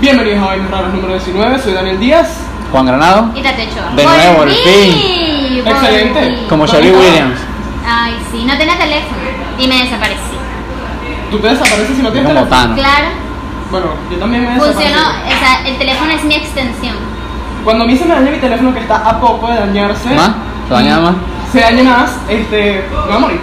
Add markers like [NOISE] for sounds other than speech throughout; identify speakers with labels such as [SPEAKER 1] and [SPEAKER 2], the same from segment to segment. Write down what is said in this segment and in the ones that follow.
[SPEAKER 1] Bienvenidos a Vainas Raras número 19, soy Daniel Díaz.
[SPEAKER 2] Juan Granado.
[SPEAKER 3] Y Tate Ochoa.
[SPEAKER 2] De nuevo, al
[SPEAKER 3] Volví,
[SPEAKER 1] Excelente.
[SPEAKER 3] volví.
[SPEAKER 2] Como Shelly
[SPEAKER 1] Conectado.
[SPEAKER 2] Williams.
[SPEAKER 3] Ay, sí, no tenía teléfono y me desaparecí.
[SPEAKER 1] ¿Tú te desapareces si no tienes
[SPEAKER 2] Como
[SPEAKER 1] teléfono?
[SPEAKER 2] Thanos.
[SPEAKER 3] Claro,
[SPEAKER 1] Bueno, yo también me desaparecí.
[SPEAKER 3] funcionó, o sea, el teléfono es mi extensión.
[SPEAKER 1] Cuando a mí se me daña mi teléfono que está a poco de dañarse,
[SPEAKER 2] ¿Más? ¿Se daña más?
[SPEAKER 1] se daña más, este, me voy a morir.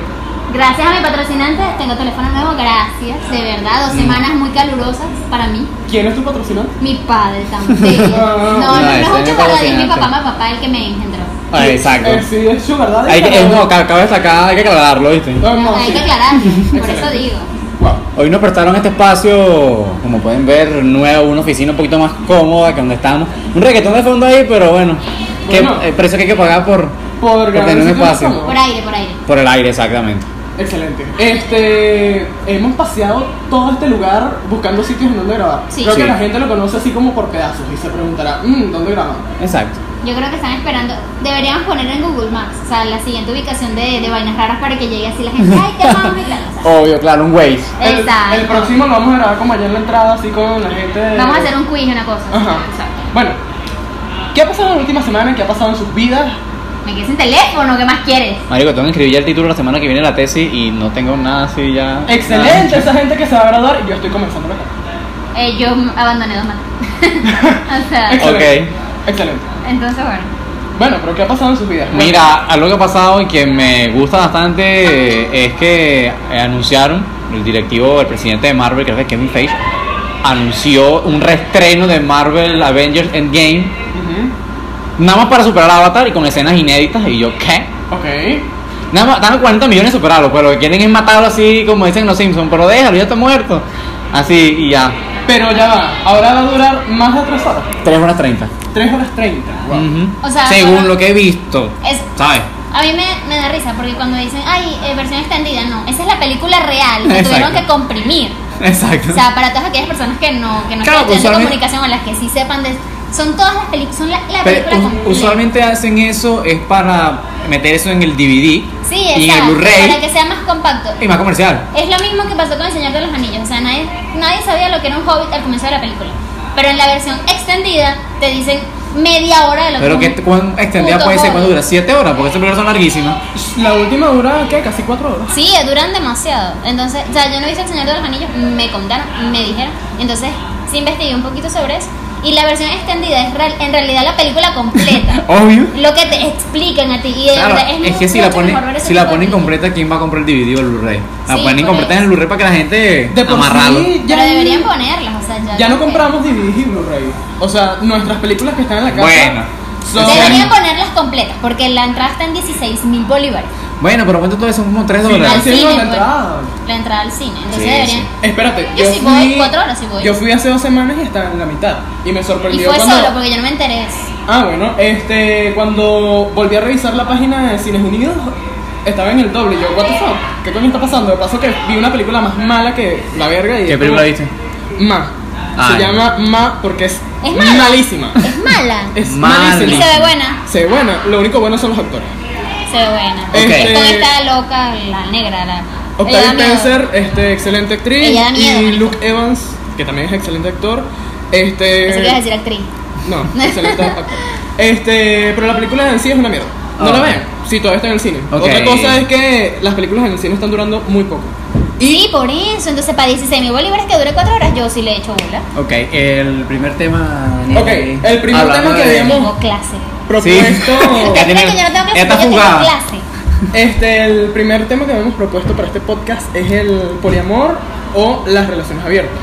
[SPEAKER 3] Gracias a mi patrocinante tengo teléfono nuevo, gracias, de verdad,
[SPEAKER 2] Mm.
[SPEAKER 3] dos semanas muy calurosas para mí.
[SPEAKER 1] ¿Quién es tu patrocinante?
[SPEAKER 3] Mi padre
[SPEAKER 2] [LAUGHS]
[SPEAKER 3] también. No, no,
[SPEAKER 2] No,
[SPEAKER 3] no,
[SPEAKER 2] ese
[SPEAKER 3] es
[SPEAKER 2] es mi
[SPEAKER 3] un chocolate, es mi
[SPEAKER 2] patrocinante.
[SPEAKER 3] papá, mi papá el que me engendró.
[SPEAKER 2] Ah, exacto.
[SPEAKER 1] Eh, sí, es su verdad.
[SPEAKER 2] Hay que, es, no, ca- cabe destacar, hay que aclararlo, ¿viste?
[SPEAKER 1] No, no,
[SPEAKER 3] Hay
[SPEAKER 1] sí.
[SPEAKER 3] que aclarar,
[SPEAKER 1] [LAUGHS]
[SPEAKER 3] por eso
[SPEAKER 1] Excelente.
[SPEAKER 3] digo.
[SPEAKER 1] Wow.
[SPEAKER 2] Hoy nos prestaron este espacio, como pueden ver, nuevo, una oficina un poquito más cómoda que donde estábamos. Un reggaetón de fondo ahí, pero bueno, que,
[SPEAKER 1] Bueno.
[SPEAKER 2] el precio que hay que pagar por,
[SPEAKER 1] Por
[SPEAKER 2] por
[SPEAKER 1] ganar
[SPEAKER 2] tener Este, un
[SPEAKER 1] sitio más
[SPEAKER 2] espacio.
[SPEAKER 1] cómodo.
[SPEAKER 3] Por aire, por aire.
[SPEAKER 2] por el aire, exactamente.
[SPEAKER 1] Excelente. Este, hemos paseado todo este lugar buscando sitios en donde grabar.
[SPEAKER 3] Sí.
[SPEAKER 1] Creo que
[SPEAKER 2] Sí.
[SPEAKER 1] la gente lo conoce así como por pedazos y se preguntará, "Mm, ¿dónde graban?
[SPEAKER 2] Exacto.
[SPEAKER 3] Yo creo que están esperando. Deberíamos poner en Google Maps, o sea, la siguiente ubicación de, de vainas raras para que llegue así la gente. ¡Ay, qué
[SPEAKER 2] [LAUGHS]
[SPEAKER 3] vamos a grabar", o sea,
[SPEAKER 2] Obvio, claro, un Waze.
[SPEAKER 1] El-
[SPEAKER 3] Exacto.
[SPEAKER 1] El, próximo lo vamos a grabar como allá en la entrada, así con la gente. de-
[SPEAKER 3] Vamos a hacer un quiz, una cosa.
[SPEAKER 1] Ajá.
[SPEAKER 3] Exacto.
[SPEAKER 1] Bueno, ¿qué ha pasado en la última semana? ¿Qué ha pasado en sus vidas?
[SPEAKER 3] Me quedé sin teléfono, ¿qué más quieres?
[SPEAKER 2] Marico, tengo que escribir ya el título la semana que viene la tesis y no tengo nada así ya.
[SPEAKER 1] Excelente,
[SPEAKER 2] Ah.
[SPEAKER 1] esa gente que se va a graduar y yo estoy comenzando la carrera.
[SPEAKER 3] Eh, yo
[SPEAKER 2] [LAUGHS]
[SPEAKER 3] abandoné dos más. [LAUGHS] o sea,
[SPEAKER 1] Excelente. Excelente.
[SPEAKER 3] entonces bueno.
[SPEAKER 1] Bueno, pero ¿qué ha pasado en sus vidas?
[SPEAKER 2] Mira, algo que ha pasado y que me gusta bastante es que eh, anunciaron, el directivo, el presidente de Marvel, creo que es Kevin Feige, anunció un reestreno de Marvel Avengers Endgame,
[SPEAKER 1] Ujú,
[SPEAKER 2] nada más para superar a Avatar y con escenas inéditas. Y yo, ¿qué?
[SPEAKER 1] Ok.
[SPEAKER 2] Nada más, dame 40 millones de superarlo, pero lo que quieren es matarlo así, como dicen los Simpsons, pero déjalo, ya está muerto. Así y ya.
[SPEAKER 1] Pero ya va, ahora va a durar más de 3 horas.
[SPEAKER 2] 3 horas 30.
[SPEAKER 1] 3 horas 30. Wow.
[SPEAKER 2] Ujú.
[SPEAKER 3] O sea,
[SPEAKER 2] Según
[SPEAKER 3] solo-
[SPEAKER 2] lo que he visto,
[SPEAKER 3] Es,
[SPEAKER 2] ¿sabes? [LAUGHS]
[SPEAKER 3] a mí me, me da risa porque cuando dicen, ay, eh, versión extendida, no. Esa es la película real que tuvieron
[SPEAKER 2] Exacto.
[SPEAKER 3] que comprimir.
[SPEAKER 2] Exacto.
[SPEAKER 3] O sea, para todas aquellas personas que no, que no
[SPEAKER 2] Claro,
[SPEAKER 3] estén estudiando
[SPEAKER 2] usualmente-
[SPEAKER 3] comunicación, a las que sí sepan de... Son todas las películas, son la,
[SPEAKER 2] Pero
[SPEAKER 3] la película
[SPEAKER 2] us-
[SPEAKER 3] completa.
[SPEAKER 2] usualmente hacen eso es para meter eso en el DVD
[SPEAKER 3] Sí,
[SPEAKER 2] y en el
[SPEAKER 3] exacto, para
[SPEAKER 2] Blu-ray
[SPEAKER 3] que sea más compacto.
[SPEAKER 2] y más comercial.
[SPEAKER 3] Es lo mismo que pasó con El Señor de los Anillos. O sea, nadie, nadie sabía lo que era un hobbit al comienzo de la película. Pero en la versión extendida te dicen media hora de lo
[SPEAKER 2] Pero que
[SPEAKER 3] que es un-
[SPEAKER 2] cuán extendida
[SPEAKER 3] Puto
[SPEAKER 2] puede ser,
[SPEAKER 3] joven.
[SPEAKER 2] cuánto dura, 7 horas, porque estas películas son larguísimas.
[SPEAKER 1] La última dura, ¿qué? Casi 4 horas.
[SPEAKER 3] Sí, duran demasiado. Entonces, o sea, yo no he visto El Señor de los Anillos, me contaron, me dijeron. Entonces, sí investigué un poquito sobre eso. Y la versión extendida es real- en realidad la película completa.
[SPEAKER 2] [LAUGHS] Obvio.
[SPEAKER 3] lo que te explican a ti. Y de
[SPEAKER 2] Claro,
[SPEAKER 3] verdad es,
[SPEAKER 2] es que si la ponen, si la ponen
[SPEAKER 3] completa
[SPEAKER 2] completa, ¿quién va a comprar el DVD o el Blu-ray? La
[SPEAKER 3] Sí,
[SPEAKER 2] ponen
[SPEAKER 3] por
[SPEAKER 2] completa en
[SPEAKER 3] eso.
[SPEAKER 2] el Blu-ray para que la gente
[SPEAKER 1] De por
[SPEAKER 2] amarralo.
[SPEAKER 1] sí, ya,
[SPEAKER 3] Pero deberían ponerlas, o sea, ya.
[SPEAKER 1] ya no
[SPEAKER 3] como que-
[SPEAKER 1] compramos DVD y Blu-ray. O sea, nuestras películas que están en la casa.
[SPEAKER 2] Bueno.
[SPEAKER 1] son-
[SPEAKER 3] Deberían ponerlas completas, porque la entrada está en 16 mil bolívares.
[SPEAKER 2] Bueno, pero cuánto todo eso son como 3
[SPEAKER 1] Sí,
[SPEAKER 2] dólares.
[SPEAKER 1] al cine
[SPEAKER 3] cine,
[SPEAKER 1] la
[SPEAKER 3] pues.
[SPEAKER 1] entrada.
[SPEAKER 3] La entrada al cine. Entonces
[SPEAKER 2] Sí,
[SPEAKER 3] deberían.
[SPEAKER 2] sí.
[SPEAKER 1] Espérate,
[SPEAKER 3] Yo sí voy, cuatro horas sí voy.
[SPEAKER 1] Yo fui hace dos semanas y estaba en la mitad. Y me
[SPEAKER 3] Y
[SPEAKER 1] sorprendió
[SPEAKER 3] fue
[SPEAKER 1] cuando.
[SPEAKER 3] solo, pues. porque yo no
[SPEAKER 1] [LAUGHS]
[SPEAKER 3] me enteré.
[SPEAKER 1] Ah, bueno, este. Cuando volví a revisar la página de Cines Unidos, estaba en el doble. Yo, ¿what the fuck? ¿Qué coño está pasando? De paso que vi una película más mala que la verga. Y
[SPEAKER 2] ¿Qué
[SPEAKER 1] es
[SPEAKER 2] película
[SPEAKER 1] como-
[SPEAKER 2] viste?
[SPEAKER 1] Ma. Se
[SPEAKER 2] Ay.
[SPEAKER 1] llama Ma porque es,
[SPEAKER 3] Es mala.
[SPEAKER 1] malísima.
[SPEAKER 3] Es mala.
[SPEAKER 1] Es
[SPEAKER 2] Mala.
[SPEAKER 3] Y
[SPEAKER 1] malísima.
[SPEAKER 3] se ve buena.
[SPEAKER 1] Se ve buena, lo único bueno son los actores.
[SPEAKER 3] Se ve buena.
[SPEAKER 1] Ok.
[SPEAKER 3] Es Con
[SPEAKER 1] Este-
[SPEAKER 3] esta loca, la negra, la. ella
[SPEAKER 1] Octavia
[SPEAKER 3] da miedo.
[SPEAKER 1] Spencer, este, excelente actriz.
[SPEAKER 3] Ella da miedo,
[SPEAKER 1] Y
[SPEAKER 3] marico.
[SPEAKER 1] Luke Evans, que también es excelente actor. Este.
[SPEAKER 3] Pensé que ibas a decir actriz.
[SPEAKER 2] [LAUGHS]
[SPEAKER 1] No, excelente actor. Este, pero la película en sí es una mierda. No
[SPEAKER 2] Ah.
[SPEAKER 1] la vean, si todavía está en el cine.
[SPEAKER 2] Ok.
[SPEAKER 1] Otra cosa es que las películas en el cine están durando muy poco.
[SPEAKER 3] Sí, por eso. Entonces, para 16 mil bolívares que dure 4 horas, yo sí le echo bola.
[SPEAKER 2] Ok, el primer tema. Daniel,
[SPEAKER 1] Ok,
[SPEAKER 2] ahí.
[SPEAKER 1] el primer
[SPEAKER 2] Hablando
[SPEAKER 1] tema que
[SPEAKER 2] de-
[SPEAKER 1] habíamos-
[SPEAKER 3] Tengo clase.
[SPEAKER 1] Propuesto.
[SPEAKER 2] [LAUGHS] Ya tiene-
[SPEAKER 3] Es que yo no tengo clase,
[SPEAKER 2] ya está
[SPEAKER 3] yo tengo
[SPEAKER 2] jugada.
[SPEAKER 3] clase.
[SPEAKER 1] Este, el primer tema que hemos propuesto para este podcast es el poliamor o las relaciones abiertas.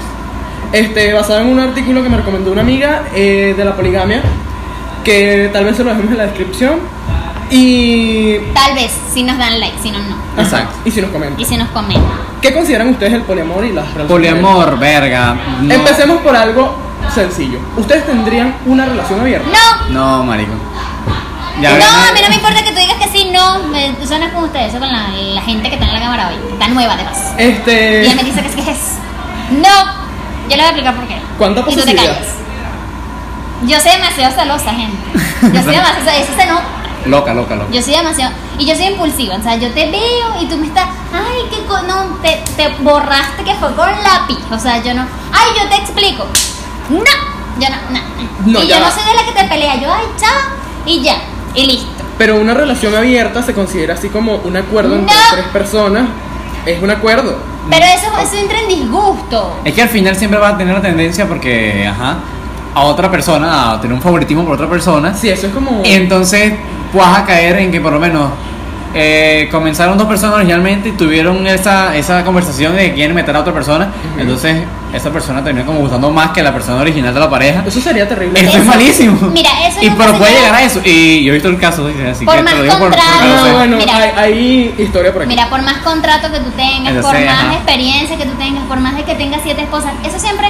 [SPEAKER 1] Este, basado en un artículo que me recomendó una amiga eh, de la poligamia, que tal vez se lo dejemos en la descripción. Y.
[SPEAKER 3] Tal vez, si nos dan like, si no, no.
[SPEAKER 2] Exacto.
[SPEAKER 1] Ajá, Y si nos comentan.
[SPEAKER 3] Y si nos comentan.
[SPEAKER 1] ¿Qué consideran ustedes el poliamor y las relaciones
[SPEAKER 2] Poliamor, verga. no.
[SPEAKER 1] abiertas? Empecemos por algo sencillo. ¿Ustedes tendrían una relación abierta?
[SPEAKER 3] ¡No!
[SPEAKER 2] No, marico.
[SPEAKER 3] no,
[SPEAKER 2] verán.
[SPEAKER 3] a mí no me importa que tú digas que sí, no. Me, eso no es con ustedes, eso con la, la gente que está en la cámara hoy. que Está nueva, además. Y
[SPEAKER 1] Este.
[SPEAKER 3] ella me dice que sí que es. No. Yo le voy a explicar por qué.
[SPEAKER 1] ¿Cuánta
[SPEAKER 3] Y tú te
[SPEAKER 1] posesividad?
[SPEAKER 3] callas. Yo soy demasiado celosa, gente. Yo soy demasiado. o sea, Eso se nota.
[SPEAKER 2] Loca, loca, loca.
[SPEAKER 3] Yo soy demasiado. Y yo soy impulsiva. O sea, yo te veo y tú me estás. Ay, que con. No, te, te borraste que fue con lápiz. O sea, yo no. Ay, yo te explico. no, yo no, no.
[SPEAKER 1] No,
[SPEAKER 3] y
[SPEAKER 1] ya
[SPEAKER 3] yo no
[SPEAKER 1] va.
[SPEAKER 3] soy de la que te pelea, yo, ay, chao, y ya, y listo.
[SPEAKER 1] Pero una relación abierta se considera así como un acuerdo entre
[SPEAKER 3] No.
[SPEAKER 1] tres personas. Es un acuerdo.
[SPEAKER 3] Pero eso, eso entra en disgusto.
[SPEAKER 2] Es que al final siempre vas a tener la tendencia porque, ajá, a otra persona, a tener un favoritismo por otra persona.
[SPEAKER 1] Sí, eso es como.
[SPEAKER 2] Entonces vas a caer en que por lo menos eh, comenzaron dos personas originalmente y tuvieron esa, esa conversación de que quieren meter a otra persona.
[SPEAKER 1] Ujú.
[SPEAKER 2] Entonces esa persona terminó como gustando más que la persona original de la pareja.
[SPEAKER 1] Eso sería terrible.
[SPEAKER 2] Esto es
[SPEAKER 3] Eso-
[SPEAKER 2] malísimo.
[SPEAKER 3] mira, eso
[SPEAKER 2] y
[SPEAKER 3] nunca
[SPEAKER 2] pero
[SPEAKER 3] se
[SPEAKER 2] puede
[SPEAKER 3] lleva-
[SPEAKER 2] llegar a eso. Y yo he visto el caso, así
[SPEAKER 3] Por
[SPEAKER 2] que
[SPEAKER 3] más
[SPEAKER 2] te lo digo por, por
[SPEAKER 3] contrario.
[SPEAKER 1] Ah,
[SPEAKER 2] conocer.
[SPEAKER 1] bueno,
[SPEAKER 3] Mira.
[SPEAKER 1] hay, hay historia por aquí.
[SPEAKER 3] Mira, por más contrato que tú tengas,
[SPEAKER 2] Eso
[SPEAKER 3] por
[SPEAKER 2] sí,
[SPEAKER 3] más
[SPEAKER 2] ajá.
[SPEAKER 3] experiencia que tú tengas, por más de que tengas siete esposas, eso siempre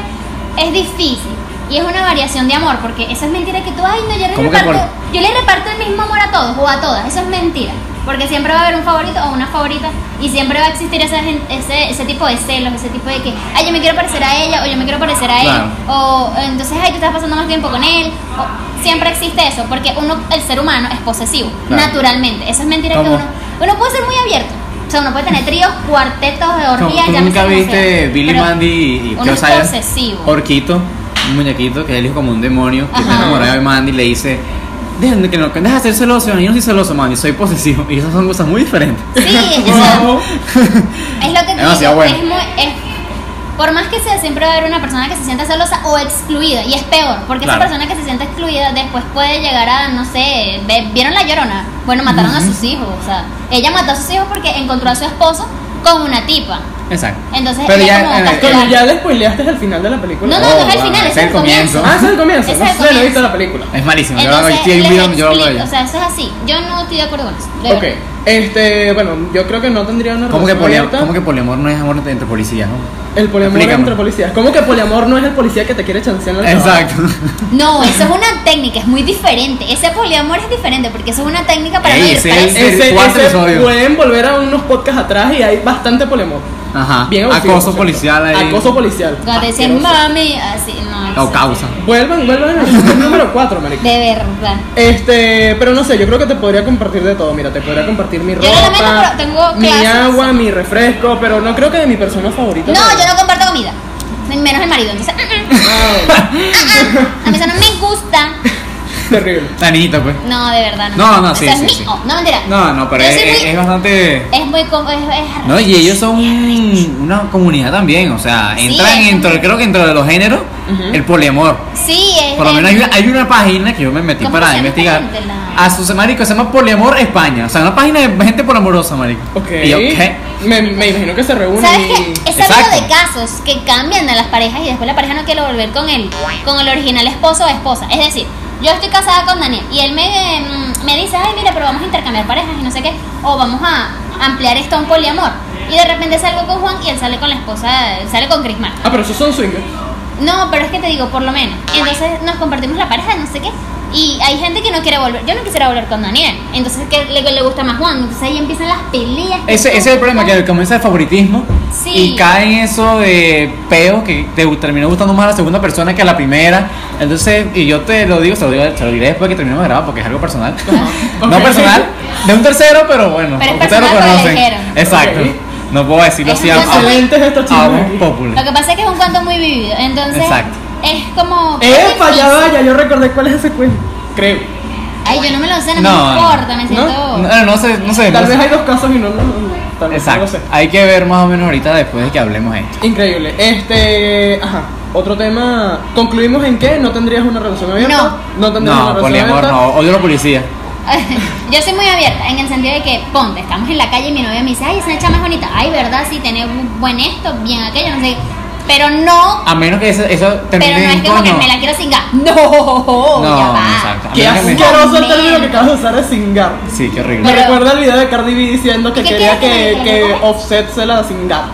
[SPEAKER 3] es difícil. Y es una variación de amor, porque eso es mentira que tú, ay, no, yo le,
[SPEAKER 2] ¿Cómo que
[SPEAKER 3] reparto, yo le reparto el mismo amor a todos o a todas. Eso es mentira. Porque siempre va a haber un favorito o una favorita y siempre va a existir esa gen- ese, ese tipo de celos, ese tipo de que, ay, yo me quiero parecer a ella o yo me quiero parecer a él. O entonces, ay, tú estás pasando más tiempo con él. O, siempre existe eso, porque uno, el ser humano es posesivo,
[SPEAKER 2] Claro.
[SPEAKER 3] naturalmente. Eso es mentira que
[SPEAKER 2] ¿Cómo?
[SPEAKER 3] uno... Uno puede ser muy abierto. O sea, uno puede tener tríos, cuartetos de
[SPEAKER 2] Como
[SPEAKER 3] orgías.
[SPEAKER 2] tú nunca
[SPEAKER 3] ya no sé cómo
[SPEAKER 2] viste
[SPEAKER 3] sea,
[SPEAKER 2] Billy
[SPEAKER 3] pero
[SPEAKER 2] Mandy y- y
[SPEAKER 3] uno
[SPEAKER 2] que
[SPEAKER 3] es
[SPEAKER 2] Osaya,
[SPEAKER 3] posesivo.
[SPEAKER 2] Orquito, un muñequito que es el hijo como un demonio, que está
[SPEAKER 3] Ajá.
[SPEAKER 2] enamorado de Mandy y le dice, dejen que no, deja de ser celoso, yo no soy celoso, Mandy, soy posesivo. Y esas son cosas muy diferentes.
[SPEAKER 3] Sí, eh,
[SPEAKER 2] [LAUGHS]
[SPEAKER 3] es, que
[SPEAKER 1] Wow.
[SPEAKER 3] son- es lo que te
[SPEAKER 2] Demasiado
[SPEAKER 3] digo,
[SPEAKER 2] bueno.
[SPEAKER 3] es muy- es- por más que sea, siempre va a haber una persona que se sienta celosa o excluida. Y es peor, porque
[SPEAKER 2] Claro.
[SPEAKER 3] esa persona que se siente excluida después puede llegar a, no sé, ve- ¿vieron la llorona? Bueno, mataron a sus hijos. O sea, ella mató a sus hijos porque encontró a su esposo con una tipa.
[SPEAKER 2] Exacto.
[SPEAKER 3] Entonces,
[SPEAKER 2] Pero
[SPEAKER 3] ella
[SPEAKER 2] ya,
[SPEAKER 3] como
[SPEAKER 2] en el-
[SPEAKER 3] castiga.
[SPEAKER 1] Coño, ya le spoileaste al final de la película.
[SPEAKER 3] No, no, no es el
[SPEAKER 2] Oh,
[SPEAKER 3] final,
[SPEAKER 2] wow,
[SPEAKER 3] es el comienzo.
[SPEAKER 1] Ah, eso es el comienzo.
[SPEAKER 3] Ese
[SPEAKER 1] no
[SPEAKER 3] es el
[SPEAKER 1] sé, no he visto
[SPEAKER 3] comienzo.
[SPEAKER 1] la película.
[SPEAKER 2] Es malísimo, yo lo
[SPEAKER 3] Entonces,
[SPEAKER 2] estoy en
[SPEAKER 3] les
[SPEAKER 2] video, yo hablo de
[SPEAKER 3] explico, o
[SPEAKER 2] ella.
[SPEAKER 3] sea, eso es así. Yo no estoy de acuerdo con eso. de
[SPEAKER 1] Ok.
[SPEAKER 3] verdad.
[SPEAKER 1] Este, bueno, yo creo que no tendría una
[SPEAKER 2] ¿Cómo que,
[SPEAKER 1] relación
[SPEAKER 2] poliam-
[SPEAKER 1] abierta.
[SPEAKER 2] ¿Cómo que poliamor no es amor entre entre policías, no?
[SPEAKER 1] El poliamor
[SPEAKER 2] Explícame.
[SPEAKER 1] entre policías. ¿Cómo que poliamor no es el policía que te quiere chancear en el trabajo? [LAUGHS]
[SPEAKER 2] Exacto.
[SPEAKER 3] No, eso es una técnica, es muy diferente. Ese poliamor es diferente porque eso es una técnica para
[SPEAKER 2] Ey,
[SPEAKER 3] no ir
[SPEAKER 2] ese
[SPEAKER 3] preso.
[SPEAKER 2] es-
[SPEAKER 1] Ese,
[SPEAKER 2] Cuatro
[SPEAKER 1] ese
[SPEAKER 2] episodios.
[SPEAKER 1] pueden volver a unos podcasts atrás y hay bastante poliamor.
[SPEAKER 2] Ajá.
[SPEAKER 1] Bien abusivo, por
[SPEAKER 2] Acoso
[SPEAKER 1] cierto.
[SPEAKER 2] policial ahí.
[SPEAKER 1] Acoso policial.
[SPEAKER 3] Cuando te dicen
[SPEAKER 1] Asqueroso.
[SPEAKER 3] mami, así, no. eso-
[SPEAKER 2] O causa.
[SPEAKER 1] Vuelvan, vuelvan al episodio número 4, marico.
[SPEAKER 3] De verdad.
[SPEAKER 1] Este, pero no sé, yo creo que te podría compartir de todo. Mira, te podría compartir mi
[SPEAKER 3] Yo
[SPEAKER 1] ropa,
[SPEAKER 3] no la meto, pero tengo
[SPEAKER 1] mi
[SPEAKER 3] clases.
[SPEAKER 1] agua, mi refresco, pero no creo que de mi persona favorita.
[SPEAKER 3] No, yo no comparto comida. Menos el marido. Entonces, mm, mm,
[SPEAKER 1] Ah,
[SPEAKER 2] [LAUGHS]
[SPEAKER 3] a mí eso no me gusta.
[SPEAKER 1] terrible.
[SPEAKER 2] La niñita, pues.
[SPEAKER 3] No, de verdad.
[SPEAKER 2] No, no,
[SPEAKER 3] O
[SPEAKER 2] sí,
[SPEAKER 3] sea,
[SPEAKER 2] sí,
[SPEAKER 3] es
[SPEAKER 2] sí.
[SPEAKER 3] mío. No, mentira.
[SPEAKER 2] No, no, pero
[SPEAKER 3] Yo
[SPEAKER 2] es,
[SPEAKER 3] soy
[SPEAKER 2] es-
[SPEAKER 3] muy-
[SPEAKER 2] es bastante.
[SPEAKER 3] Es muy. com- Es, es
[SPEAKER 2] No, y ellos son un- una comunidad también, o sea,
[SPEAKER 3] Sí,
[SPEAKER 2] entran
[SPEAKER 3] es-
[SPEAKER 2] dentro, creo que dentro de los géneros,
[SPEAKER 1] Ujú.
[SPEAKER 2] el poliamor.
[SPEAKER 3] Sí, es.
[SPEAKER 2] Por lo menos hay, hay una página que yo me metí
[SPEAKER 3] ¿Cómo
[SPEAKER 2] para
[SPEAKER 3] se llama esta
[SPEAKER 2] investigar.
[SPEAKER 3] gente? La-
[SPEAKER 2] A su marico se llama Poliamor España, o sea, una página de gente poliamorosa, marico.
[SPEAKER 1] Ok.
[SPEAKER 2] [LAUGHS] Y yo, ¿qué?
[SPEAKER 1] Me, me imagino que se reúnen
[SPEAKER 3] ¿Sabes
[SPEAKER 1] y.
[SPEAKER 3] qué? Es algo
[SPEAKER 2] Exacto.
[SPEAKER 3] de casos que cambian a las parejas y después la pareja no quiere volver con él, con el original esposo o esposa. Es decir, yo estoy casada con Daniel y él me, mm, me dice, ay, mira, pero vamos a intercambiar parejas y no sé qué, o vamos a ampliar esto a un poliamor. Y de repente salgo con Juan y él sale con la esposa, sale con Crismar.
[SPEAKER 1] Ah, pero esos son swingers.
[SPEAKER 3] No, pero es que te digo, por lo menos. Entonces nos compartimos la pareja, no sé qué. Y hay gente que no quiere volver. Yo no quisiera volver con Daniel. Entonces, que le, le gusta más Juan? Entonces ahí empiezan las peleas. que
[SPEAKER 2] Ese, ese es el problema, que comienza el favoritismo
[SPEAKER 3] Sí.
[SPEAKER 2] y cae en eso de peos que te gu- terminó gustando más la segunda persona que la primera. Entonces, y yo te lo digo, se lo, digo, se lo diré después que terminemos de grabar porque es algo personal.
[SPEAKER 1] Ajá.
[SPEAKER 2] [LAUGHS] No
[SPEAKER 1] Ok.
[SPEAKER 2] personal, de un tercero, pero bueno,
[SPEAKER 3] Pero es
[SPEAKER 2] ustedes lo
[SPEAKER 3] personal, pero
[SPEAKER 2] conocen.
[SPEAKER 3] ligero.
[SPEAKER 2] Exacto.
[SPEAKER 1] Ok.
[SPEAKER 2] No puedo decirlo
[SPEAKER 3] Es
[SPEAKER 2] así
[SPEAKER 3] un cuento muy-
[SPEAKER 1] Excelentes estos
[SPEAKER 2] a
[SPEAKER 1] chismes.
[SPEAKER 2] un popular.
[SPEAKER 3] Lo que pasa es que es un cuento muy vivido, entonces
[SPEAKER 2] Exacto.
[SPEAKER 3] es como... es
[SPEAKER 1] ¡Epa, ya
[SPEAKER 3] difícil.
[SPEAKER 1] va! Ya yo recordé cuál es ese cuento. Creo.
[SPEAKER 3] Ay, yo no me lo sé, no,
[SPEAKER 2] No,
[SPEAKER 3] me importa, me siento...
[SPEAKER 2] No, no sé, no [LAUGHS]
[SPEAKER 1] Tal
[SPEAKER 2] sé. no sé.
[SPEAKER 1] vez hay dos casos y no lo. Tal vez no lo
[SPEAKER 2] Exacto.
[SPEAKER 1] sé.
[SPEAKER 2] Hay que ver más o menos ahorita después de que hablemos de esto.
[SPEAKER 1] Increíble. Este. Ajá. Otro tema. ¿Concluimos en qué? ¿No tendrías una relación abierta? No. tendrías una
[SPEAKER 2] No,
[SPEAKER 1] relación
[SPEAKER 2] poliamor
[SPEAKER 1] abierta?
[SPEAKER 2] no, odio a la policía.
[SPEAKER 3] [LAUGHS] yo soy muy abierta, en el sentido de que, ponte, estamos en la calle y mi novia me dice, ay, esa chama es bonita, ay, verdad, sí, tiene un buen esto, bien aquello, no sé qué. Pero no,
[SPEAKER 2] A menos que eso, eso termine
[SPEAKER 3] pero no es
[SPEAKER 2] en
[SPEAKER 3] que como que
[SPEAKER 2] coño.
[SPEAKER 3] me la quiero cingar. No,
[SPEAKER 2] No,
[SPEAKER 3] ya va.
[SPEAKER 2] exacto.
[SPEAKER 1] Qué
[SPEAKER 2] A menos que me-
[SPEAKER 1] asqueroso el
[SPEAKER 3] Comer.
[SPEAKER 1] término que acabas de usar es cingar.
[SPEAKER 2] Sí, qué horrible.
[SPEAKER 1] Me
[SPEAKER 3] Pero-
[SPEAKER 1] recuerda el video de Cardi B diciendo que
[SPEAKER 3] ¿Y qué
[SPEAKER 1] quería
[SPEAKER 3] quieres
[SPEAKER 1] que,
[SPEAKER 3] que le
[SPEAKER 1] que
[SPEAKER 3] diga?
[SPEAKER 1] Offset se la cingara.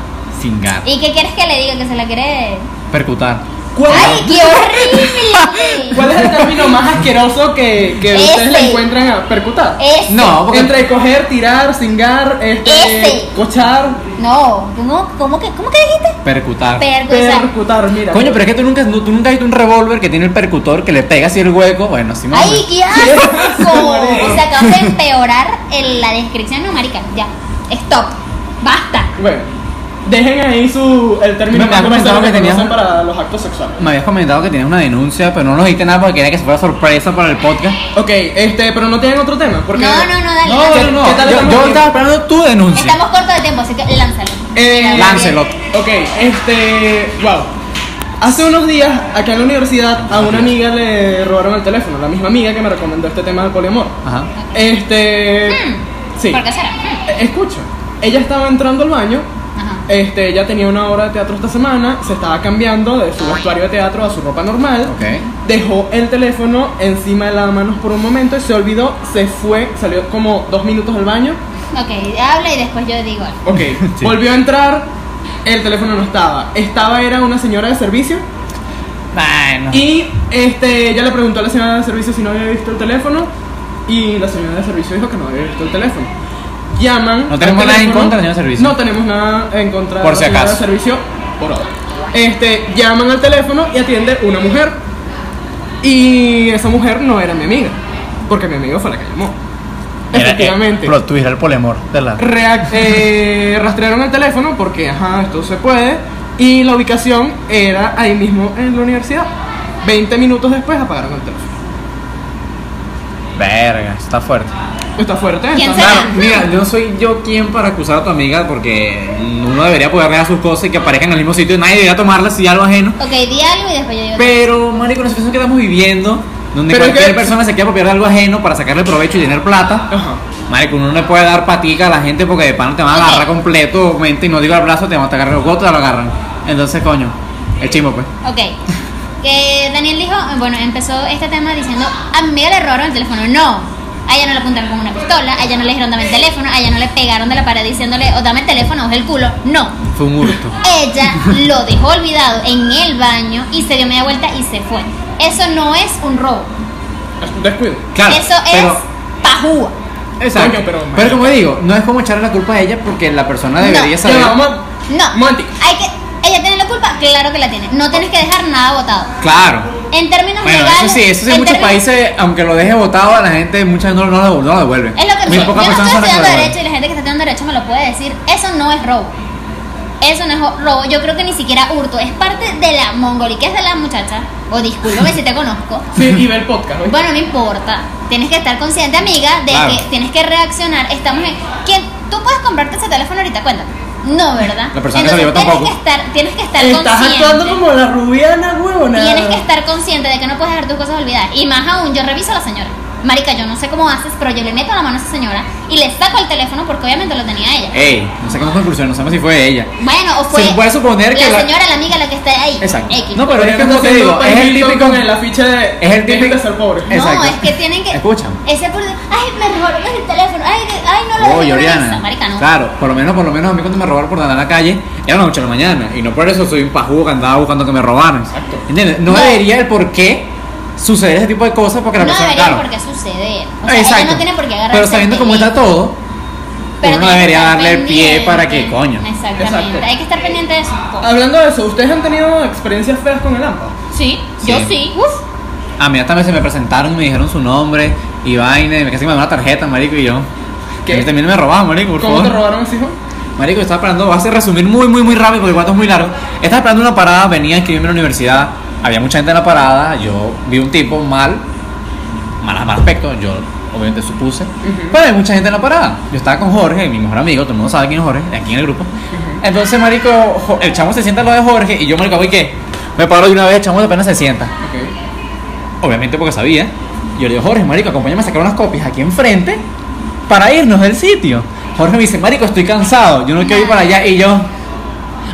[SPEAKER 2] Cingar.
[SPEAKER 3] ¿Y qué quieres que le diga? Que se la quiere...
[SPEAKER 1] Eh,
[SPEAKER 2] Percutar.
[SPEAKER 1] ¿Cuál,
[SPEAKER 3] Ay,
[SPEAKER 1] [LAUGHS]
[SPEAKER 3] qué horrible.
[SPEAKER 1] cuál es el término más asqueroso que,
[SPEAKER 3] [LAUGHS]
[SPEAKER 1] que
[SPEAKER 3] Ese.
[SPEAKER 1] ustedes le encuentran a percutar?
[SPEAKER 3] Ese.
[SPEAKER 2] No, porque.
[SPEAKER 1] este, Entre coger, tirar, cingar, este,
[SPEAKER 3] Ese.
[SPEAKER 1] cochar,
[SPEAKER 3] No, ¿cómo, cómo, que, ¿cómo que dijiste?
[SPEAKER 2] Percutar.
[SPEAKER 3] Vergüenza.
[SPEAKER 1] percutar, mira.
[SPEAKER 2] Coño, pero es que tú nunca, tú nunca has visto un revólver que tiene el percutor que le pega así el hueco. Bueno, sí, no.
[SPEAKER 3] ¡Ay, qué asco!
[SPEAKER 1] Marico.
[SPEAKER 3] O sea, acabas de empeorar el- la descripción numérica. Ya, stop, basta.
[SPEAKER 1] Bueno, Dejen ahí su, el término
[SPEAKER 2] Me has comentado
[SPEAKER 1] conocido
[SPEAKER 2] que tenías-
[SPEAKER 1] conocen para los actos sexuales.
[SPEAKER 2] Me habías comentado que tenías una denuncia, pero no nos dijiste nada porque quería que se fuera sorpresa para el podcast.
[SPEAKER 1] Ok, este, pero no tienen otro tema. Porque
[SPEAKER 3] No, no, no, dale.
[SPEAKER 1] No, no,
[SPEAKER 3] ¿Qué-
[SPEAKER 1] no. ¿Qué tal
[SPEAKER 2] yo,
[SPEAKER 1] estamos
[SPEAKER 2] yo
[SPEAKER 1] aquí?
[SPEAKER 2] estaba esperando tu denuncia.
[SPEAKER 3] Estamos cortos de tiempo, así que lánzalo.
[SPEAKER 1] Eh,
[SPEAKER 2] Lánzelo.
[SPEAKER 1] Ok, este. Wow. Hace unos días, acá en la universidad, a una amiga le robaron el teléfono, la misma amiga que me recomendó este tema del poliamor.
[SPEAKER 2] Ajá.
[SPEAKER 1] Este.
[SPEAKER 3] Hmm,
[SPEAKER 1] Sí.
[SPEAKER 3] ¿Por qué será? Hmm,
[SPEAKER 1] Eh, Escucha, ella estaba entrando al baño,
[SPEAKER 3] Ajá.
[SPEAKER 1] este, ella tenía una hora de teatro esta semana, se estaba cambiando de su vestuario de teatro a su ropa normal.
[SPEAKER 2] Ok.
[SPEAKER 1] Dejó el teléfono encima de las manos por un momento y se olvidó, se fue, salió como dos minutos al baño.
[SPEAKER 3] Ok, habla y después yo digo algo.
[SPEAKER 1] Ok,
[SPEAKER 2] Sí.
[SPEAKER 1] volvió a entrar, el teléfono no estaba. Estaba era una señora de servicio
[SPEAKER 2] Bueno.
[SPEAKER 1] y este, ella le preguntó a la señora de servicio si no había visto el teléfono y la señora de servicio dijo que no había visto el teléfono. Llaman.
[SPEAKER 2] No tenemos
[SPEAKER 1] al
[SPEAKER 2] nada en
[SPEAKER 1] teléfono.
[SPEAKER 2] contra de la señora de servicio.
[SPEAKER 1] No tenemos nada en contra
[SPEAKER 2] Por
[SPEAKER 1] de
[SPEAKER 2] si
[SPEAKER 1] la señora de
[SPEAKER 2] acaso.
[SPEAKER 1] servicio por ahora. Este, llaman al teléfono y atiende una mujer. Y esa mujer no era mi amiga, porque mi amiga fue la que llamó.
[SPEAKER 2] Era, eh,
[SPEAKER 1] Efectivamente.
[SPEAKER 2] plot twist, era el polemor de la.
[SPEAKER 1] Reac- eh, rastrearon el teléfono porque, ajá, esto se puede. Y la ubicación era ahí mismo en la universidad. 20 minutos después apagaron el teléfono.
[SPEAKER 2] Verga, está fuerte.
[SPEAKER 1] Está fuerte.
[SPEAKER 3] ¿Quién
[SPEAKER 1] está-
[SPEAKER 3] será?
[SPEAKER 2] Claro, mira, yo soy yo quien para acusar a tu amiga porque uno debería poder negar sus cosas y que aparezcan en el mismo sitio y nadie debería tomarlas si algo ajeno.
[SPEAKER 3] Ok, di algo y después yo digo.
[SPEAKER 2] Pero, marico, la situación que estamos viviendo, donde
[SPEAKER 1] Pero es
[SPEAKER 2] cualquier
[SPEAKER 1] que-
[SPEAKER 2] persona se quiere apropiar de algo ajeno para sacarle provecho y tener plata.
[SPEAKER 1] Ajá.
[SPEAKER 2] Marico, uno no le puede dar patica a la gente porque de pana te van a agarrar completo, mente y no digo al brazo, te van a agarrar los gotos, te lo agarran. Entonces, coño, el chimbo, pues.
[SPEAKER 3] Ok. Que Daniel dijo, bueno, empezó este tema diciendo, a mi amiga le robaron el teléfono. No. A ella no le apuntaron con una pistola, a ella no le dijeron dame el teléfono, a ella no le pegaron de la pared diciéndole, o dame el teléfono, o es el culo. No.
[SPEAKER 2] Fue un hurto.
[SPEAKER 3] Ella lo dejó olvidado en el baño y se dio media vuelta y se fue. Eso no es un robo.
[SPEAKER 1] Es un descuido.
[SPEAKER 2] Claro,
[SPEAKER 3] Eso
[SPEAKER 2] pero,
[SPEAKER 3] es pajúa.
[SPEAKER 2] Exacto.
[SPEAKER 1] Coño, pero,
[SPEAKER 2] pero,
[SPEAKER 1] marico.
[SPEAKER 2] como digo, no es como echarle la culpa a ella porque la persona debería
[SPEAKER 3] No,
[SPEAKER 2] saber.
[SPEAKER 1] Ya va, vamos-
[SPEAKER 3] No.
[SPEAKER 1] Momentico.
[SPEAKER 3] Hay que. ¿Ella tiene la culpa? Claro que la tiene. No tienes que dejar nada botado.
[SPEAKER 2] Claro.
[SPEAKER 3] En términos
[SPEAKER 2] Bueno,
[SPEAKER 3] legales.
[SPEAKER 2] eso sí, eso sí en
[SPEAKER 3] en
[SPEAKER 2] muchos
[SPEAKER 3] términos-
[SPEAKER 2] países, aunque lo deje votado, a la gente muchas no, no, lo- no lo devuelve.
[SPEAKER 3] Es lo que
[SPEAKER 2] Muy
[SPEAKER 3] sí,
[SPEAKER 2] pocas
[SPEAKER 3] Yo no
[SPEAKER 2] personas son las que
[SPEAKER 3] estoy
[SPEAKER 2] lo
[SPEAKER 3] estudiando
[SPEAKER 2] devuelven.
[SPEAKER 3] derecho y la gente que está estudiando derecho me lo puede decir. Eso no es robo. Eso no es jo- robo. Yo creo que ni siquiera hurto. Es parte de la mongoliquez de la muchacha. O discúlpame si te conozco.
[SPEAKER 1] Sí, y ve el podcast. ¿oíste?
[SPEAKER 3] Bueno, no importa. Tienes que estar consciente, amiga, de
[SPEAKER 2] Claro.
[SPEAKER 3] que tienes que reaccionar. Estamos en. ¿Quién? ¿Tú puedes comprarte ese teléfono ahorita? Cuéntame. No, ¿verdad?
[SPEAKER 2] La persona que se lo llevó
[SPEAKER 3] Entonces, tienes
[SPEAKER 2] tampoco.
[SPEAKER 3] Que estar, tienes que estar
[SPEAKER 1] Estás
[SPEAKER 3] consciente.
[SPEAKER 1] actuando como la rubiana, huevona.
[SPEAKER 3] Tienes que estar consciente de que no puedes dejar tus cosas olvidadas. Y más aún, yo reviso a la señora. Marica, yo no sé cómo haces, pero yo le meto la mano a esa señora y le saco el teléfono porque obviamente lo tenía ella.
[SPEAKER 2] Ey, no sacamos conclusión, no sabemos si fue ella.
[SPEAKER 3] Bueno, o fue
[SPEAKER 2] Se puede suponer que
[SPEAKER 3] la
[SPEAKER 2] la-
[SPEAKER 3] señora, la amiga, la que está ahí.
[SPEAKER 2] Exacto.
[SPEAKER 3] X.
[SPEAKER 2] No, pues, pero es que
[SPEAKER 1] Podríamos
[SPEAKER 2] como te
[SPEAKER 1] hacer
[SPEAKER 2] digo,
[SPEAKER 1] un
[SPEAKER 2] es el
[SPEAKER 1] panito
[SPEAKER 2] típico.
[SPEAKER 1] Con el Eh, afiche de.
[SPEAKER 2] es el
[SPEAKER 1] "Dejen de
[SPEAKER 2] típico-
[SPEAKER 1] ser pobre.
[SPEAKER 3] No,
[SPEAKER 2] Exacto.
[SPEAKER 3] es que tienen que.
[SPEAKER 2] Escucha.
[SPEAKER 3] Ese por. Ay, me robaron el teléfono. Ay, de- ay no lo
[SPEAKER 2] Oye,
[SPEAKER 3] dejé en la
[SPEAKER 2] Oriana.
[SPEAKER 3] mesa. Marica, no.
[SPEAKER 2] Oh, Claro, por lo menos, por lo menos a mí cuando me robaron por andar en la calle, era las 8 de la mañana. Y no por eso soy un pajugo que andaba buscando que me robaran.
[SPEAKER 1] Exacto.
[SPEAKER 2] ¿Entiendes? No,
[SPEAKER 3] No.
[SPEAKER 2] debería el por qué suceder ese tipo de cosas porque la
[SPEAKER 3] no
[SPEAKER 2] persona.
[SPEAKER 3] debería
[SPEAKER 2] Claro.
[SPEAKER 3] por qué suceder. O sea,
[SPEAKER 2] Exacto.
[SPEAKER 3] ella no tiene por qué agarrar
[SPEAKER 2] Pero sabiendo cómo está todo,
[SPEAKER 3] Pero
[SPEAKER 2] uno
[SPEAKER 3] tienes que
[SPEAKER 2] debería
[SPEAKER 3] estar
[SPEAKER 2] darle el pie
[SPEAKER 3] pendiente.
[SPEAKER 2] para que, coño. Ah,
[SPEAKER 3] Exactamente.
[SPEAKER 1] Exacto.
[SPEAKER 3] Hay que estar pendiente de eso.
[SPEAKER 1] Hablando de eso, ¿ustedes han tenido experiencias feas con el AMPA?
[SPEAKER 3] Sí,
[SPEAKER 2] Sí.
[SPEAKER 3] yo sí. Uf.
[SPEAKER 2] A mí hasta me- se me presentaron, me dijeron su nombre y vaina, y me casi me dieron una tarjeta, marico, y yo.
[SPEAKER 1] ¿Qué?
[SPEAKER 2] A mí también me robaban, marico, por
[SPEAKER 1] ¿Cómo
[SPEAKER 2] favor.
[SPEAKER 1] te robaron ese hijo?
[SPEAKER 2] Marico, yo estaba esperando, voy a hacer resumir muy, muy, muy rápido porque el cuento es muy largo. Estaba esperando una parada, venía a inscribirme en la universidad, había mucha gente en la parada, yo vi un tipo mal, mal, mal aspecto, yo obviamente supuse, pero hay mucha gente en la parada. Yo estaba con Jorge, mi mejor amigo, todo el mundo sabe quién es Jorge, de aquí en el grupo. Entonces, marico, Jo- el chamo se sienta al lado de Jorge y yo, marico, ¿voy qué? Me paro de una vez, el chamo apenas se sienta.
[SPEAKER 1] Ok.
[SPEAKER 2] Obviamente porque sabía. Yo le digo, Jorge, marico, acompáñame a sacar unas copias aquí enfrente para irnos del sitio. Jorge me dice, marico, estoy cansado, yo no quiero ir para allá. Y yo,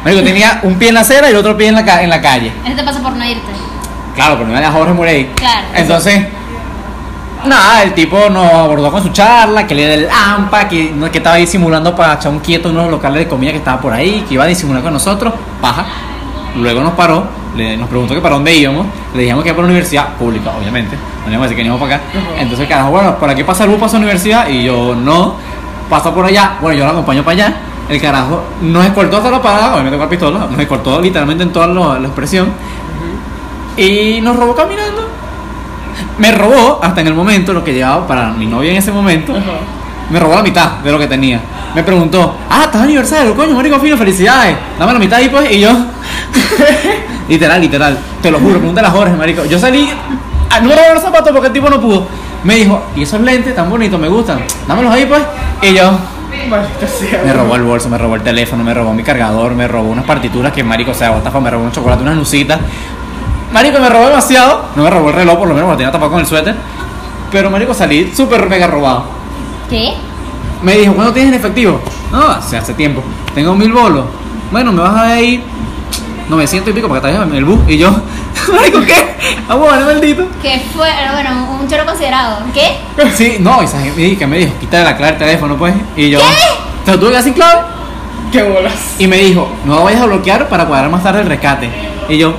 [SPEAKER 2] marico, tenía un pie en la acera y el otro pie en la, ca- en la calle.
[SPEAKER 3] Eso Este te pasa por no irte.
[SPEAKER 2] Claro, pero no era Jorge Morey.
[SPEAKER 3] Claro.
[SPEAKER 2] Entonces, nada, el tipo nos abordó con su charla, que le era el AMPA, que, no- que estaba disimulando para echar un quieto en unos locales de comida que estaba por ahí, que iba a disimular con nosotros, paja. Luego nos paró, le- nos preguntó que para dónde íbamos, le dijimos que era por la universidad pública, obviamente, no le íbamos a decir que íbamos para acá.
[SPEAKER 1] Ujú.
[SPEAKER 2] Entonces, el carajo, bueno, ¿por aquí pasa el bus para esa universidad? Y yo, no, pasa por allá, bueno, yo lo acompaño para allá. El carajo nos escoltó hasta la parada, obviamente con la pistola, nos escoltó literalmente en toda la- la expresión. Y nos robó caminando. Me robó hasta en el momento lo que llevaba para mi novia en ese momento.
[SPEAKER 1] Ajá.
[SPEAKER 2] me robó la mitad de lo que tenía. Me preguntó, ah, estás de aniversario, coño, marico fino, felicidades. Dame la mitad y pues, y yo. [LAUGHS] literal, literal. Te lo juro, pregúntale a Jorge, marico. Yo salí, ah, no me robó los zapatos porque el tipo no pudo. Me dijo, y esos lentes tan bonitos, me gustan. Dámelos ahí pues. Y yo.
[SPEAKER 1] Maldita sea.
[SPEAKER 2] Me robó el bolso, me robó el teléfono, me robó mi cargador, me robó unas partituras que marico, o sea, botafa, me robó un chocolate, unas nucitas. Marico, me robó demasiado. No me robó el reloj, por lo menos me lo tenía tapado con el suéter. Pero marico, salí súper mega robado.
[SPEAKER 3] ¿Qué?
[SPEAKER 2] Me dijo, ¿cuándo tienes en efectivo? No, hace, hace tiempo. Tengo mil bolos. Bueno, me vas a dar ahí 900 y pico para que te vayas en el bus. Y yo, [LAUGHS] marico, ¿qué? Vamos a ver, maldito.
[SPEAKER 3] ¿Qué fue? Bueno, un choro considerado. ¿Qué?
[SPEAKER 2] Sí, no, y esa gente me dijo, que me dijo, quítale la clave del teléfono, pues. Y yo,
[SPEAKER 3] ¿Qué?
[SPEAKER 2] ¿te lo tuve que dar sin clave?
[SPEAKER 1] Qué bolas.
[SPEAKER 2] Y me dijo, no lo vayas a bloquear para cuadrar más tarde el rescate. Y yo,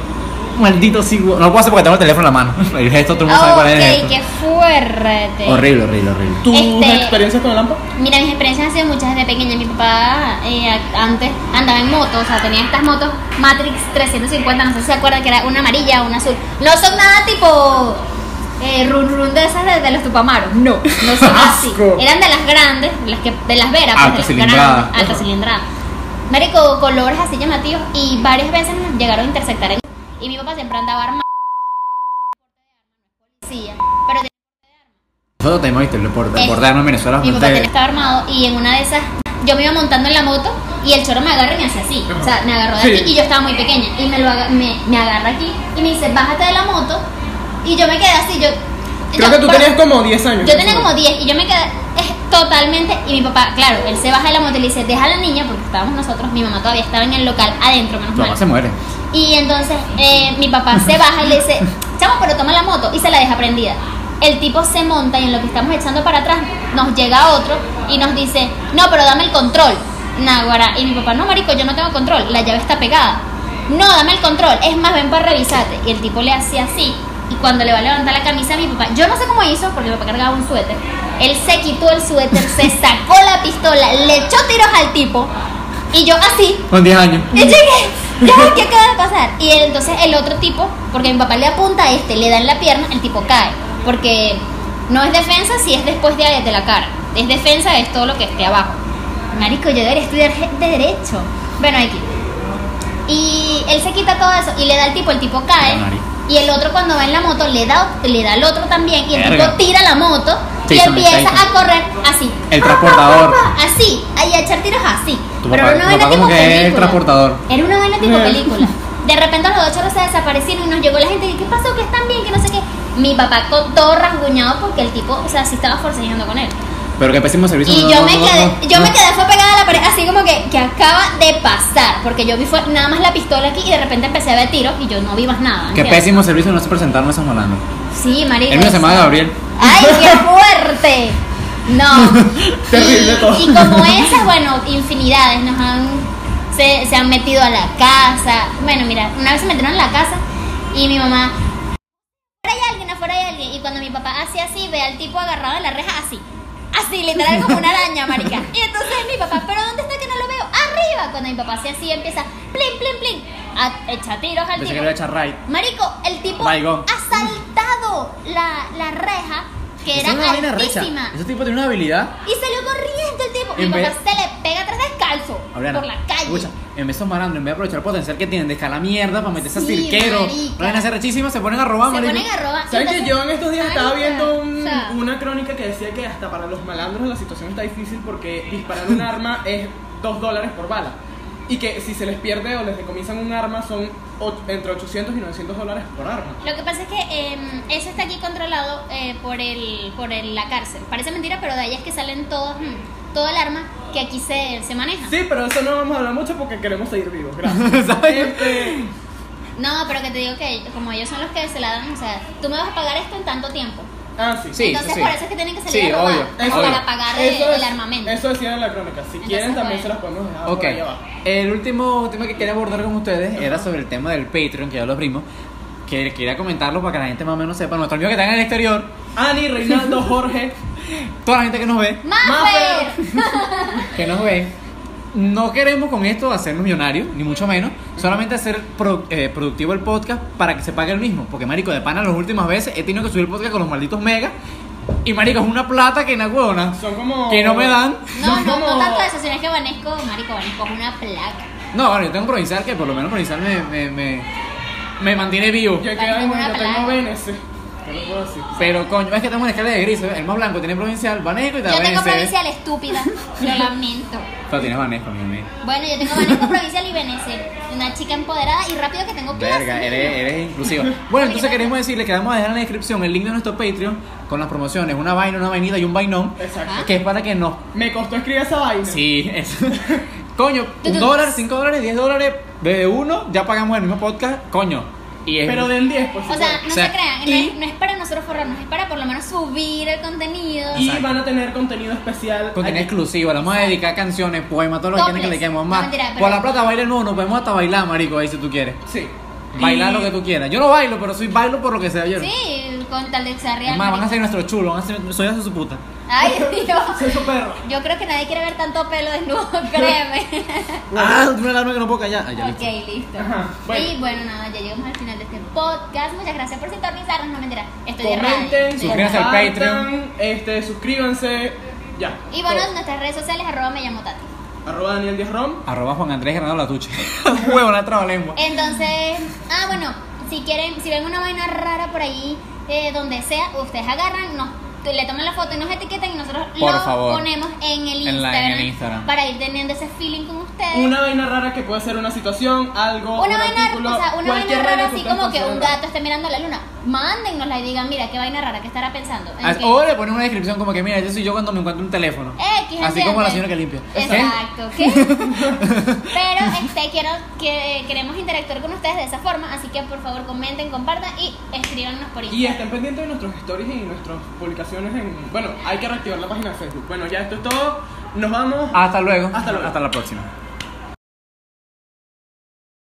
[SPEAKER 2] maldito sí, güey. no lo puedo hacer porque tengo el teléfono en la mano. [LAUGHS] El gesto, todo el mundo sabe cuál es el
[SPEAKER 3] Oh, Ah,
[SPEAKER 2] gesto.
[SPEAKER 3] ok, qué fuerte.
[SPEAKER 2] Horrible, horrible, horrible.
[SPEAKER 1] ¿Tus
[SPEAKER 3] Este-
[SPEAKER 1] experiencias con el AMPA?
[SPEAKER 3] Mira, mis experiencias han sido muchas desde pequeña. Mi papá eh, a- antes andaba en moto, o sea, tenía estas motos Matrix 350, no sé si se acuerdan, que era una amarilla, una azul. No son nada tipo eh, run run de esas de, de los tupamaros, no, no son así.
[SPEAKER 1] Asco.
[SPEAKER 3] Eran de las grandes, las que, de las veras,
[SPEAKER 2] Alta
[SPEAKER 3] pues, de las
[SPEAKER 2] cilindrada.
[SPEAKER 3] grandes, alta cilindrada. Marico, colores así llamativos y varias veces nos llegaron a interceptar en- Y mi papá siempre andaba armado. Policía, pero
[SPEAKER 2] Nosotros tenemos, viste, el por-
[SPEAKER 3] Es-
[SPEAKER 2] el bordearnos en Venezuela.
[SPEAKER 3] mi papá
[SPEAKER 2] bastante-
[SPEAKER 3] tenía- estaba armado y en una de esas yo me iba montando en la moto y el choro me agarra y me hace así. O sea, me agarró de
[SPEAKER 1] Sí.
[SPEAKER 3] aquí y yo estaba muy pequeña. Y me, lo aga- me, me agarra aquí y me dice, bájate de la moto. Y yo me quedé así. Yo,
[SPEAKER 1] Creo
[SPEAKER 3] yo-
[SPEAKER 1] que tú
[SPEAKER 3] bueno,
[SPEAKER 1] tenías como 10 años.
[SPEAKER 3] Yo tenía como 10 y yo me quedé eh, totalmente. Y mi papá, claro, él se baja de la moto y le dice, deja a la niña porque estábamos nosotros. Mi mamá todavía estaba en el local adentro, menos
[SPEAKER 2] Tu mamá
[SPEAKER 3] mal.
[SPEAKER 2] se muere.
[SPEAKER 3] Y entonces eh, mi papá se baja y le dice, chamo, pero toma la moto y se la deja prendida. El tipo se monta y en lo que estamos echando para atrás nos llega otro y nos dice, no, pero dame el control. Naguará. Y mi papá, no, marico, yo no tengo control, la llave está pegada. No, dame el control, es más, ven para revisarte. Y el tipo le hacía así. Y cuando le va a levantar la camisa a mi papá, yo no sé cómo hizo, porque mi papá cargaba un suéter. Él se quitó el suéter, se sacó la pistola, le echó tiros al tipo. Y yo así,
[SPEAKER 2] Con 10 años.
[SPEAKER 3] y llegué, ya, ¿qué acaba de pasar? Y entonces el otro tipo, porque mi papá le apunta a este, le da en la pierna, el tipo cae. Porque no es defensa si es después de, de la cara. Es defensa, es todo lo que esté abajo. Marico, yo debería estudiar je- de derecho. Bueno, aquí. Y él se quita todo eso y le da al tipo, el tipo cae.
[SPEAKER 2] Ya, marico.
[SPEAKER 3] Y el otro cuando va en la moto le da, le da al otro también y el
[SPEAKER 2] Verga.
[SPEAKER 3] tipo tira la moto y
[SPEAKER 2] Jason
[SPEAKER 3] empieza
[SPEAKER 2] Statham.
[SPEAKER 3] a correr así. Ah,
[SPEAKER 2] El transportador.
[SPEAKER 3] Así, y a echar tiros así.
[SPEAKER 2] Tu
[SPEAKER 3] Pero
[SPEAKER 2] papá-
[SPEAKER 3] no
[SPEAKER 2] tu
[SPEAKER 3] era
[SPEAKER 2] papá como
[SPEAKER 3] tipo
[SPEAKER 2] que es el
[SPEAKER 3] película.
[SPEAKER 2] transportador.
[SPEAKER 3] Era una vaina tipo
[SPEAKER 1] Eh.
[SPEAKER 3] película. De repente a los dos choros se desaparecieron y nos llegó la gente y ¿qué pasó? que están bien? Que no sé qué. Mi papá con todo rasguñado porque el tipo, o sea, sí estaba forcejeando con él.
[SPEAKER 2] Pero que pésimo servicio.
[SPEAKER 3] Y
[SPEAKER 2] no,
[SPEAKER 3] yo
[SPEAKER 2] no,
[SPEAKER 3] me
[SPEAKER 2] no, no,
[SPEAKER 3] quedé,
[SPEAKER 2] no.
[SPEAKER 3] yo me quedé fue pegada a la pared, así como que, que acaba de pasar. Porque yo vi fue nada más la pistola aquí y de repente empecé a ver tiros y yo no vi más nada.
[SPEAKER 2] Qué
[SPEAKER 3] ¿entiendes?
[SPEAKER 2] pésimo servicio no se presentaron esos holandos.
[SPEAKER 3] Sí, marico.
[SPEAKER 2] El mío se llama
[SPEAKER 3] sí.
[SPEAKER 2] Gabriel.
[SPEAKER 3] ¡Ay, qué
[SPEAKER 1] [LAUGHS]
[SPEAKER 3] fuerte! No.
[SPEAKER 1] Terrible
[SPEAKER 3] y,
[SPEAKER 1] todo.
[SPEAKER 3] Y como esas, bueno, infinidades nos han. Se, se han metido a la casa. Bueno, mira, una vez se metieron en la casa y mi mamá. Afuera hay alguien, afuera hay alguien. Y cuando mi papá hace así, ve al tipo agarrado en la reja así. Así, literal como una araña, marica. Y entonces mi papá, ¿pero dónde está que no lo veo? ¡Arriba! Cuando mi papá hace así, empieza. ¡Plin, plin, plin! A echar tiros
[SPEAKER 2] Pensé
[SPEAKER 3] al
[SPEAKER 2] que
[SPEAKER 3] tipo.
[SPEAKER 2] le iba a echar raid.
[SPEAKER 3] Marico, el tipo
[SPEAKER 2] Vaigón.
[SPEAKER 3] ha saltado la, la reja que
[SPEAKER 2] Esa
[SPEAKER 3] era
[SPEAKER 2] es una vaina recha.
[SPEAKER 3] altísima.
[SPEAKER 2] Ese tipo tiene una habilidad.
[SPEAKER 3] Y salió corriendo el tipo.
[SPEAKER 2] En
[SPEAKER 3] Mi
[SPEAKER 2] vez-
[SPEAKER 3] papá se le pega atrás descalzo
[SPEAKER 2] Adriana,
[SPEAKER 3] por la calle.
[SPEAKER 2] Escucha, en vez de malandros, en vez de aprovechar el potencial que tienen de escalar mierda para meterse
[SPEAKER 3] Sí,
[SPEAKER 2] a cirquero,
[SPEAKER 3] marica.
[SPEAKER 2] van a ser rechísimas, se ponen a robar,
[SPEAKER 3] se
[SPEAKER 2] marico.
[SPEAKER 3] ponen a robar.
[SPEAKER 1] ¿Sabes que
[SPEAKER 3] Entonces-
[SPEAKER 1] yo en estos días estaba
[SPEAKER 3] Marica,
[SPEAKER 1] viendo un-
[SPEAKER 3] o sea,
[SPEAKER 1] una crónica que decía que hasta para los malandros la situación está difícil porque disparar [LAUGHS] un arma es 2 dólares por bala? Y que si se les pierde o les decomisan un arma son och- entre 800 y 900 dólares por arma.
[SPEAKER 3] Lo que pasa es que eh, eso está aquí controlado eh, por el por el- la cárcel. Parece mentira, pero de ahí es que salen todos mm, todo el arma que aquí se, se maneja.
[SPEAKER 1] Sí, pero eso no vamos a hablar mucho porque queremos seguir vivos. [LAUGHS] Gracias.
[SPEAKER 2] ¿Sabes?
[SPEAKER 1] Este,
[SPEAKER 3] No, pero que te digo que como ellos son los que se la dan, o sea, tú me vas a pagar esto en tanto tiempo.
[SPEAKER 1] ah, sí.
[SPEAKER 2] Sí,
[SPEAKER 3] Entonces
[SPEAKER 2] sí.
[SPEAKER 3] por eso es que tienen que salir
[SPEAKER 2] Sí,
[SPEAKER 3] a robar
[SPEAKER 2] obvio,
[SPEAKER 3] para
[SPEAKER 2] obvio.
[SPEAKER 3] pagar el,
[SPEAKER 1] eso es-
[SPEAKER 3] el armamento.
[SPEAKER 1] Eso decía en la crónica. Si quieren,
[SPEAKER 3] Entonces,
[SPEAKER 1] también
[SPEAKER 3] bueno.
[SPEAKER 1] se las podemos dejar.
[SPEAKER 2] Ok,
[SPEAKER 1] por ahí abajo.
[SPEAKER 2] el último tema que quería abordar con ustedes era sobre el tema del Patreon, que ya lo abrimos. Que quería comentarlo para que la gente más o menos sepa. Nuestros amigos que están en el exterior,
[SPEAKER 1] Ani,
[SPEAKER 3] [LAUGHS]
[SPEAKER 1] Reinaldo, Jorge.
[SPEAKER 2] toda la gente que nos ve,
[SPEAKER 3] ¡Maffer!
[SPEAKER 2] que nos ve. No queremos con esto hacernos millonarios, ni mucho menos. Solamente hacer pro- eh, productivo el podcast para que se pague el mismo. Porque, marico, de pana, las últimas veces he tenido que subir el podcast con los malditos megas Y marico, es una plata que na huevona.
[SPEAKER 1] Son como.
[SPEAKER 2] Que no me dan.
[SPEAKER 3] No,
[SPEAKER 1] son [LAUGHS]
[SPEAKER 3] no,
[SPEAKER 1] como-
[SPEAKER 3] no tanto eso, sino es que amanezco, marico, amanezco con una placa.
[SPEAKER 2] No, bueno, yo tengo improvisar que por lo menos improvisar me, me, me, me mantiene vivo.
[SPEAKER 1] Yo que
[SPEAKER 3] Parece
[SPEAKER 1] hago,
[SPEAKER 3] una
[SPEAKER 1] yo
[SPEAKER 3] palabra.
[SPEAKER 1] tengo Vénese. ¿Qué le puedo decir?
[SPEAKER 2] Pero coño, es que tengo una escala de grises. El más blanco tiene provincial, Vanesco y te
[SPEAKER 3] Yo tengo
[SPEAKER 2] Venecer. [LAUGHS]
[SPEAKER 3] provincial estúpida, lo lamento.
[SPEAKER 2] Pero tienes Vanesco, mi amigo.
[SPEAKER 3] Bueno, yo tengo manejo provincial y Venecer. Una chica empoderada y rápido que tengo clase.
[SPEAKER 2] Verga, eres, eres inclusiva. Bueno, entonces queremos decirle que vamos a dejar en la descripción el link de nuestro Patreon con las promociones, una vaina, una vainita y un vainón.
[SPEAKER 1] Exacto.
[SPEAKER 3] Ajá.
[SPEAKER 2] Que es para que nos
[SPEAKER 1] Me costó escribir esa vaina.
[SPEAKER 2] Sí, es- [LAUGHS] Coño,
[SPEAKER 3] Tú,
[SPEAKER 2] un
[SPEAKER 3] tú,
[SPEAKER 2] dólar,
[SPEAKER 3] tú.
[SPEAKER 2] cinco dólares, diez dólares de uno, ya pagamos el mismo podcast, coño. Y es-
[SPEAKER 1] Pero del 10, por
[SPEAKER 3] O sea,
[SPEAKER 1] supuesto.
[SPEAKER 3] no
[SPEAKER 2] O sea,
[SPEAKER 3] se crean, no,
[SPEAKER 2] y-
[SPEAKER 3] es, no es para nosotros forrarnos, es para por lo menos subir el contenido.
[SPEAKER 1] Y
[SPEAKER 2] Exacto.
[SPEAKER 1] van a tener contenido especial.
[SPEAKER 2] contenido
[SPEAKER 1] aquí.
[SPEAKER 2] exclusivo, le vamos a dedicar canciones, poemas, todo lo que quieran que le
[SPEAKER 3] Topless.
[SPEAKER 2] quedemos
[SPEAKER 3] No,
[SPEAKER 2] más.
[SPEAKER 3] mentira, pero-
[SPEAKER 2] Por la plata baila el mundo, podemos hasta bailar, marico, ahí si tú quieres.
[SPEAKER 1] Sí.
[SPEAKER 2] Bailar
[SPEAKER 1] Y-
[SPEAKER 2] lo que tú quieras. Yo no bailo, pero soy bailo por lo que sea yo.
[SPEAKER 3] Sí, con tal de que sea
[SPEAKER 2] Es
[SPEAKER 3] real.
[SPEAKER 2] más, van a
[SPEAKER 3] marico.
[SPEAKER 2] ser nuestro chulo, van a ser, soy hace su puta.
[SPEAKER 3] Ay,
[SPEAKER 1] Soy
[SPEAKER 3] Dios.
[SPEAKER 1] su perro.
[SPEAKER 3] Yo creo que nadie quiere ver tanto pelo desnudo, [LAUGHS] créeme.
[SPEAKER 2] Ah, una alarma que no puedo callar. Ah, ya, listo.
[SPEAKER 3] ok, listo.
[SPEAKER 1] Ajá, bueno.
[SPEAKER 3] Y bueno, nada, ya llegamos al final de este podcast. Muchas gracias por sintonizarnos, no mentira. Estoy de
[SPEAKER 1] Comenten,
[SPEAKER 3] radio.
[SPEAKER 2] Suscríbanse al
[SPEAKER 1] compartan,
[SPEAKER 2] Patreon.
[SPEAKER 1] Este, suscríbanse. Ya.
[SPEAKER 3] Y bueno,
[SPEAKER 1] Todo.
[SPEAKER 3] nuestras redes sociales, arroba me llamo Tati.
[SPEAKER 1] Arroba Daniel Díaz Rom.
[SPEAKER 2] Arroba Juan Andrés Granado la tuche. [LAUGHS] Huevo, la traba lengua.
[SPEAKER 3] Entonces, ah, bueno, si quieren, si ven una vaina rara por ahí, eh, donde sea, ustedes agarran, nos, le toman la foto y nos etiquetan y nosotros
[SPEAKER 2] Por
[SPEAKER 3] lo
[SPEAKER 2] favor.
[SPEAKER 3] ponemos en el,
[SPEAKER 2] En la-
[SPEAKER 3] Instagram
[SPEAKER 2] en el Instagram.
[SPEAKER 3] para ir teniendo ese feeling con ustedes.
[SPEAKER 1] Una vaina rara que puede ser una situación, algo,
[SPEAKER 3] Una
[SPEAKER 1] un
[SPEAKER 3] vaina,
[SPEAKER 1] artículo,
[SPEAKER 3] o sea, una
[SPEAKER 1] cualquier
[SPEAKER 3] vaina rara
[SPEAKER 1] que
[SPEAKER 3] así
[SPEAKER 1] ustedes
[SPEAKER 3] como que un
[SPEAKER 1] consideren
[SPEAKER 3] gato esté mirando la luna. Mándennosla y digan, mira, qué vaina rara que estará pensando. ¿En
[SPEAKER 2] As-
[SPEAKER 3] qué?
[SPEAKER 2] Ah, O le ponen una descripción como que, mira, yo soy yo cuando me encuentro un teléfono.
[SPEAKER 3] X,
[SPEAKER 2] Así como la
[SPEAKER 3] ¿entiendes?
[SPEAKER 2] señora que limpia.
[SPEAKER 3] Exacto, ¿qué?
[SPEAKER 2] [LAUGHS]
[SPEAKER 3] Pero este, quiero, que, queremos interactuar con ustedes de esa forma, así que por favor comenten, compartan y escríbanos por
[SPEAKER 1] Y
[SPEAKER 3] Instagram.
[SPEAKER 1] estén pendientes de nuestros stories y nuestras publicaciones en... Bueno, hay que reactivar la página de Facebook. Bueno, ya esto es todo. Nos vamos.
[SPEAKER 2] Hasta luego.
[SPEAKER 1] Hasta luego.
[SPEAKER 2] Hasta la próxima.